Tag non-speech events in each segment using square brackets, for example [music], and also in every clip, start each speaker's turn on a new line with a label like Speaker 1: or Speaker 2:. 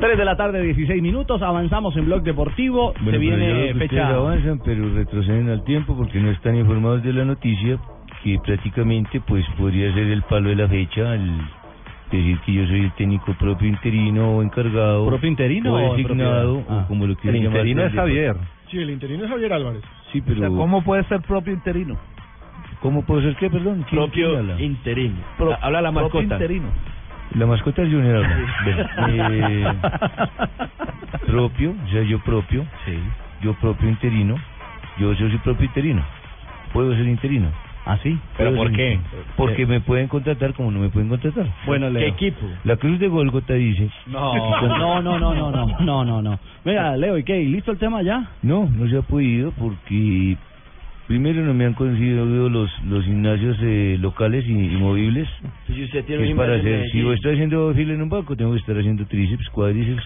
Speaker 1: 3 de la tarde, 16 minutos, avanzamos en Blog Deportivo, se viene fecha...
Speaker 2: avanzan, pero retroceden al tiempo porque no están informados de la noticia que prácticamente pues podría ser el palo de la fecha al decir que yo soy el técnico propio interino o encargado
Speaker 1: ¿Propio interino
Speaker 2: o
Speaker 1: o en
Speaker 2: designado o,
Speaker 1: propiedad? Ah.
Speaker 2: como lo
Speaker 3: El
Speaker 2: quieran llamar
Speaker 3: interino es
Speaker 2: del deporte.
Speaker 3: Javier.
Speaker 4: Sí, el interino es Javier Álvarez.
Speaker 2: sí pero
Speaker 3: ¿Cómo puede ser propio interino?
Speaker 2: ¿cómo puede ser que perdón ¿Quién- quién habla?
Speaker 5: interino. Habla la
Speaker 3: Propio
Speaker 5: mascota.
Speaker 3: interino.
Speaker 2: la mascota es
Speaker 1: [laughs]
Speaker 2: Junior Álvarez. Eh, propio o sea yo propio
Speaker 5: Sí.
Speaker 2: yo propio interino yo soy propio interino puedo ser interino
Speaker 1: ¿Ah, sí?
Speaker 5: ¿Pero
Speaker 2: Puedo
Speaker 5: por
Speaker 2: ser
Speaker 5: qué? Eh.
Speaker 2: interino. porque me pueden contratar como no me pueden contratar
Speaker 1: Bueno,
Speaker 5: ¿Qué
Speaker 1: Leo.
Speaker 5: equipo?
Speaker 2: la cruz de Golgota dice
Speaker 1: No, no, no, no, no, no, no, no, no. Mira, Leo, ¿y qué? ¿Listo el tema ya?
Speaker 2: No, no se ha podido porque primero no me han conseguido los los gimnasios eh, locales y, y movibles.
Speaker 5: Si usted
Speaker 2: que es para hacer, si yo estoy haciendo fila en un banco, tengo que estar haciendo tríceps, cuádriceps.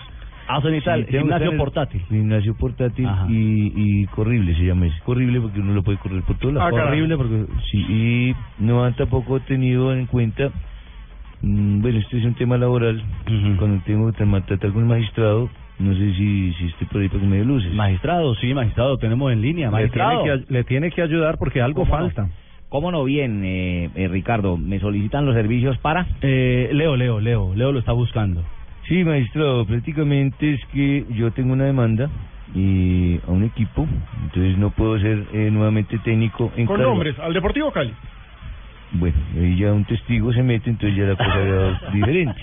Speaker 1: Ah, son y
Speaker 2: Sí,
Speaker 1: tal,
Speaker 2: tengo que estar
Speaker 1: gimnasio
Speaker 2: en-
Speaker 1: portátil.
Speaker 2: Gimnasio portátil
Speaker 1: Ajá.
Speaker 2: y, y corrible se llama ese. Corrible porque uno lo puede correr por todos lados.
Speaker 4: Ah, caray.
Speaker 2: corrible porque sí. Y no han tampoco tenido en cuenta, mm, bueno, este es un tema laboral.
Speaker 1: Ujú.
Speaker 2: Cuando tengo que tra- tratar con el magistrado, no sé si, si estoy por ahí para que me dé luces.
Speaker 1: Magistrado, sí, magistrado, tenemos en línea,
Speaker 3: Le tiene,
Speaker 1: magistrado.
Speaker 3: que, ay- le tiene que ayudar porque algo
Speaker 1: ¿Cómo no?
Speaker 3: falta.
Speaker 5: ¿Cómo no bien, eh, eh, Ricardo? ¿Me solicitan los servicios para?
Speaker 1: Eh, Leo, Leo, Leo, Leo lo está buscando.
Speaker 2: Sí, magistrado, prácticamente es que yo tengo una demanda y a un equipo, entonces no puedo ser eh, nuevamente técnico en
Speaker 4: Con
Speaker 2: cargo.
Speaker 4: nombres, al Deportivo Cali.
Speaker 2: Bueno, ahí ya un testigo se mete, entonces ya la
Speaker 3: pues,
Speaker 2: cosa
Speaker 3: eh, [laughs]
Speaker 2: era diferente.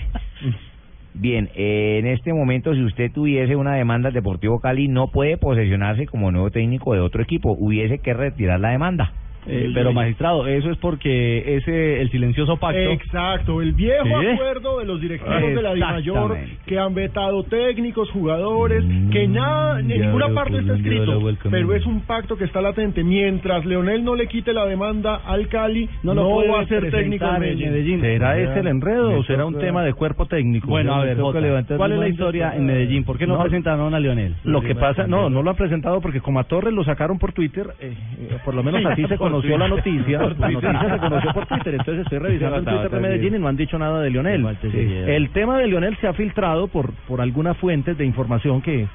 Speaker 5: Bien, eh, en este momento, si usted tuviese una demanda al Deportivo Cali, no puede posesionarse como nuevo técnico de otro equipo. Hubiese que retirar la demanda.
Speaker 1: [laughs] Eh, pero magistrado, eso es porque ese el silencioso pacto.
Speaker 4: Exacto, el viejo
Speaker 1: ¿Sí?
Speaker 4: acuerdo de los directivos de la DIMAYOR
Speaker 5: Exactamente.
Speaker 4: que han vetado técnicos, jugadores,
Speaker 2: Mm,
Speaker 4: que nada, en
Speaker 2: ya
Speaker 4: ninguna
Speaker 2: veo
Speaker 4: parte
Speaker 2: por
Speaker 4: está
Speaker 2: dónde va la
Speaker 4: escrito,
Speaker 2: vuelta,
Speaker 4: pero
Speaker 2: amigo.
Speaker 4: es un pacto que está latente. Mientras Leonel no le quite la demanda al Cali,
Speaker 1: no
Speaker 4: no,
Speaker 1: lo puede
Speaker 4: va a ser técnico
Speaker 1: presentar
Speaker 4: en
Speaker 1: en Medellín.
Speaker 4: Medellín.
Speaker 3: ¿Será ese el enredo
Speaker 2: me
Speaker 3: o será un
Speaker 2: toca-
Speaker 3: tema de cuerpo técnico?
Speaker 1: Bueno,
Speaker 3: Yo
Speaker 1: a
Speaker 3: me
Speaker 1: ver,
Speaker 3: toca
Speaker 1: Jota,
Speaker 3: levantar
Speaker 1: ¿cuál
Speaker 3: mi
Speaker 1: es la
Speaker 3: mano.
Speaker 1: historia en Medellín? ¿Por qué no,
Speaker 3: No,
Speaker 1: presentaron a Leonel?
Speaker 3: Lo que pasa, no, no lo han presentado porque como a Torres lo sacaron por Twitter, eh, eh, por lo menos
Speaker 1: [laughs]
Speaker 3: así se conoció la noticia,
Speaker 2: Por
Speaker 3: la
Speaker 2: Twitter.
Speaker 3: noticia se conoció por Twitter, entonces estoy revisando el
Speaker 2: Está,
Speaker 3: Twitter
Speaker 2: está
Speaker 3: de Medellín
Speaker 2: bien.
Speaker 3: y no han dicho nada de
Speaker 2: Qué
Speaker 3: Lionel.
Speaker 2: falta de
Speaker 3: Sí.
Speaker 2: seriedad.
Speaker 3: El tema de Lionel se ha filtrado por, por algunas fuentes de información que,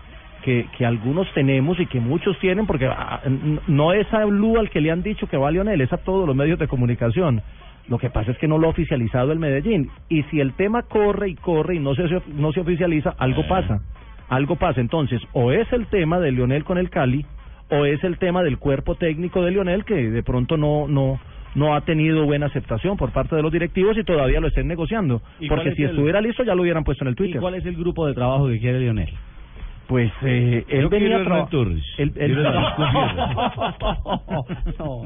Speaker 3: que, que algunos tenemos y que muchos tienen, porque ah, n- no es a Blue al que le han dicho que va Lionel, es a todos los medios de comunicación. Lo que pasa es que no lo ha oficializado el Medellín. Y si el tema corre y corre y no se, no se oficializa, algo
Speaker 2: Ah.
Speaker 3: pasa. Algo pasa. Entonces, o es el tema de Lionel con el Cali, o es el tema del cuerpo técnico de Lionel que de pronto no, no, no ha tenido buena aceptación por parte de los directivos y todavía lo estén negociando.
Speaker 1: ¿Y cuál
Speaker 3: Porque
Speaker 1: es
Speaker 3: si
Speaker 1: el-
Speaker 3: estuviera listo ya lo hubieran puesto en el
Speaker 1: ¿Y
Speaker 3: Twitter.
Speaker 1: cuál es el grupo de trabajo que quiere Leonel?
Speaker 3: Pues eh, él
Speaker 2: Yo
Speaker 3: venía
Speaker 2: quiero a
Speaker 3: traba-
Speaker 2: Hernán Torres.
Speaker 3: él- él-
Speaker 2: Quiero a Hernán
Speaker 3: [laughs]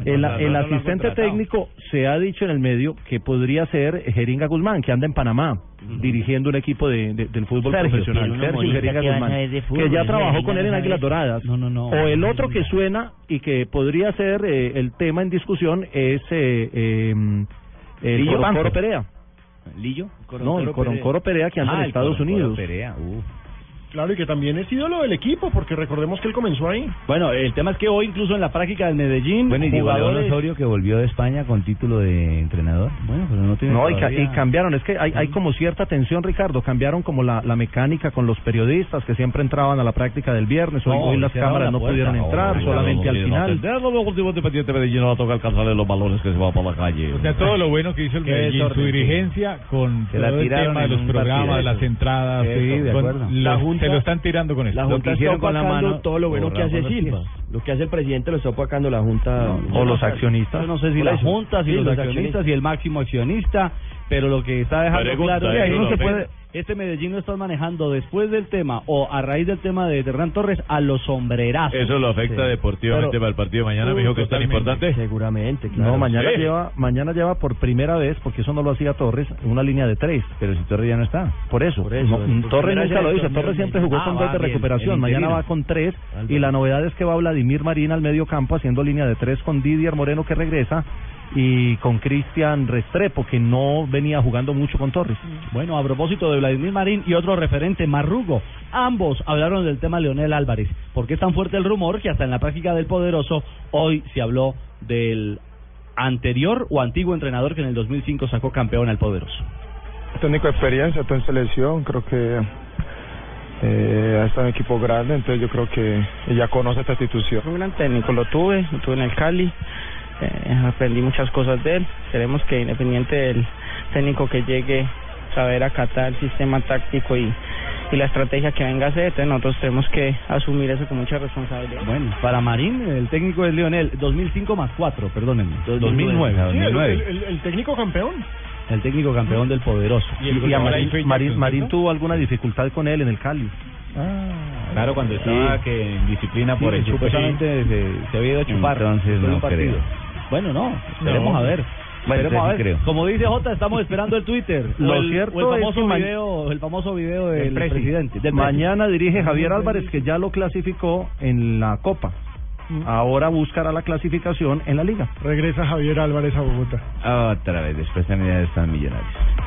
Speaker 3: El,
Speaker 2: No, no,
Speaker 3: el
Speaker 2: no lo han
Speaker 3: asistente
Speaker 2: contratado.
Speaker 3: técnico se ha dicho en el medio que podría ser Jeringa Guzmán, que anda en Panamá dirigiendo un equipo de, de- del fútbol
Speaker 2: Sergio,
Speaker 3: profesional.
Speaker 2: pero uno
Speaker 3: Sergio
Speaker 2: humorista
Speaker 3: Jeringa
Speaker 2: que va a
Speaker 3: Guzmán,
Speaker 2: saber de fútbol,
Speaker 3: que ya
Speaker 2: ese
Speaker 3: trabajó
Speaker 2: Jeringa
Speaker 3: con él
Speaker 2: no
Speaker 3: en
Speaker 2: sabe.
Speaker 3: Águilas Doradas.
Speaker 1: No, no, no.
Speaker 3: O el otro que suena y que podría ser eh, el tema en discusión es eh, eh, el
Speaker 5: Lillo
Speaker 3: Coroncoro
Speaker 5: Panther.
Speaker 3: Perea.
Speaker 5: ¿Lillo?
Speaker 3: No, el Coroncoro Perea que anda
Speaker 5: Ah,
Speaker 3: en
Speaker 5: el
Speaker 3: Estados
Speaker 5: Coroncoro
Speaker 3: Unidos.
Speaker 5: Perea, uh.
Speaker 4: Claro, y que también es ídolo del equipo, porque recordemos que él comenzó ahí.
Speaker 1: Bueno, el tema es que hoy incluso en la práctica del Medellín,
Speaker 2: Bueno, y Diego León
Speaker 1: jugadores...
Speaker 2: Osorio que volvió de España con título de entrenador. Bueno, pero no tiene
Speaker 3: No, y, ca-
Speaker 2: todavía-
Speaker 3: y cambiaron, es que hay, hay como cierta tensión, Ricardo, cambiaron como la, la mecánica con los periodistas que siempre entraban a la práctica del viernes, hoy,
Speaker 1: No,
Speaker 3: hoy las
Speaker 1: cerraron
Speaker 3: cámaras
Speaker 1: la
Speaker 3: no
Speaker 1: puerta.
Speaker 3: pudieron
Speaker 1: No,
Speaker 3: entrar,
Speaker 1: no,
Speaker 3: solamente
Speaker 1: no, pues,
Speaker 3: al final.
Speaker 5: Luego el Independiente Medellín va a tocar calzarle los balones que se va para la calle.
Speaker 6: O sea, todo lo bueno que hizo el
Speaker 1: Qué
Speaker 6: Medellín, su
Speaker 1: desorden, sí.
Speaker 6: dirigencia, con
Speaker 2: Se la
Speaker 6: todo el
Speaker 2: tiraron
Speaker 6: tema de
Speaker 2: en
Speaker 6: los
Speaker 2: un
Speaker 6: programas,
Speaker 2: partidazo.
Speaker 6: las entradas,
Speaker 2: Sí, de
Speaker 6: con-
Speaker 2: acuerdo.
Speaker 6: la-
Speaker 1: La Junta-
Speaker 6: se lo están tirando con
Speaker 5: La
Speaker 6: esto.
Speaker 2: Lo
Speaker 5: Junta
Speaker 2: que
Speaker 5: está
Speaker 2: hicieron con la
Speaker 5: opacando
Speaker 2: mano,
Speaker 5: todo lo bueno que
Speaker 2: borramos
Speaker 5: hace
Speaker 2: los
Speaker 5: Silva.
Speaker 2: pies.
Speaker 5: Lo que hace el presidente lo está opacando la Junta.
Speaker 3: O los accionistas.
Speaker 1: Yo no sé si
Speaker 5: Por
Speaker 1: la
Speaker 5: eso.
Speaker 1: Junta, si
Speaker 5: Sí,
Speaker 1: los,
Speaker 5: los
Speaker 1: accionistas,
Speaker 5: accionistas.
Speaker 1: si el máximo accionista, pero lo que está dejando
Speaker 7: Pregunta,
Speaker 1: claro es que
Speaker 7: eso
Speaker 1: no
Speaker 7: lo
Speaker 1: se
Speaker 7: ve.
Speaker 1: puede- este Medellín lo está manejando después del tema o a raíz del tema de Hernán Torres a los sombrerazos.
Speaker 7: Eso lo afecta
Speaker 1: Sí.
Speaker 7: deportivamente
Speaker 1: Pero-
Speaker 7: para el partido de mañana,
Speaker 6: Uh,
Speaker 7: me dijo que es tan
Speaker 6: totalmente.
Speaker 7: importante.
Speaker 3: Seguramente, No, mañana
Speaker 7: Sí.
Speaker 3: lleva, mañana lleva por primera vez, porque eso no lo hacía Torres, una línea de tres.
Speaker 2: Pero si Torres ya no está.
Speaker 3: Por eso,
Speaker 2: Por eso,
Speaker 3: no,
Speaker 2: por
Speaker 3: Torres
Speaker 2: primera
Speaker 3: nunca lo
Speaker 2: vez
Speaker 3: hizo,
Speaker 2: el
Speaker 3: Torres
Speaker 2: torneo
Speaker 3: siempre jugó
Speaker 2: ah,
Speaker 3: con
Speaker 2: va
Speaker 3: dos de
Speaker 2: bien,
Speaker 3: recuperación,
Speaker 2: el
Speaker 3: mañana
Speaker 2: interino.
Speaker 3: va con tres y
Speaker 2: Álvaro.
Speaker 3: la novedad es que va Vladimir Marín al medio campo haciendo línea de tres con Didier Moreno que regresa y con Cristian Restrepo que no venía jugando mucho con Torres.
Speaker 1: Bueno, a propósito de Vladimir Marín y otro referente, Marrugo, ambos hablaron del tema Leonel Álvarez, porque es tan fuerte el rumor que hasta en la práctica del Poderoso hoy se habló del anterior o antiguo entrenador que en el 2005 sacó campeón al Poderoso.
Speaker 8: técnico de experiencia, está en selección, creo que
Speaker 9: Eh, este es un equipo grande, entonces yo creo que ya conoce esta institución.
Speaker 8: Un gran técnico lo tuve, lo tuve en el Cali, eh, aprendí muchas cosas de él. Esperemos que independiente del técnico que llegue, saber acatar el sistema táctico y, y la estrategia que venga a hacer, entonces nosotros tenemos que asumir eso con mucha responsabilidad.
Speaker 2: Bueno, para Marín, el técnico es Lionel. 2005 más 4, perdónenme. 2009.
Speaker 4: Sí, el, el- el técnico campeón.
Speaker 2: El técnico campeón del poderoso.
Speaker 10: Y
Speaker 3: Y,
Speaker 10: el
Speaker 3: a
Speaker 10: goleador ahí
Speaker 3: Marín,
Speaker 10: fue
Speaker 3: Marín-
Speaker 10: Jackson,
Speaker 3: Marín
Speaker 10: ¿cierto?
Speaker 3: tuvo alguna dificultad con él en el Cali. Ah,
Speaker 10: Claro, cuando
Speaker 3: pues,
Speaker 10: estaba que en disciplina por el chupe.
Speaker 2: supuestamente se, se había ido a chupar.
Speaker 11: Entonces,
Speaker 2: por un
Speaker 11: no
Speaker 2: partido.
Speaker 11: creo.
Speaker 2: Bueno, no, esperemos
Speaker 10: No.
Speaker 2: a ver.
Speaker 11: Bueno,
Speaker 2: Esperemos a
Speaker 11: entonces
Speaker 2: ver.
Speaker 11: sí creo.
Speaker 2: Como dice Jota, estamos esperando el Twitter.
Speaker 3: [laughs] Lo
Speaker 2: o el,
Speaker 3: cierto
Speaker 2: o el
Speaker 3: es
Speaker 2: famoso
Speaker 3: que ma-
Speaker 2: video, el famoso video del
Speaker 3: Presi.
Speaker 2: presidente. Del
Speaker 3: Mañana dirige Javier Álvarez, que ya lo clasificó en la Copa. Ahora buscará la clasificación en la Liga.
Speaker 4: Regresa Javier Álvarez a Bogotá.
Speaker 11: Otra vez, después también están millonarios.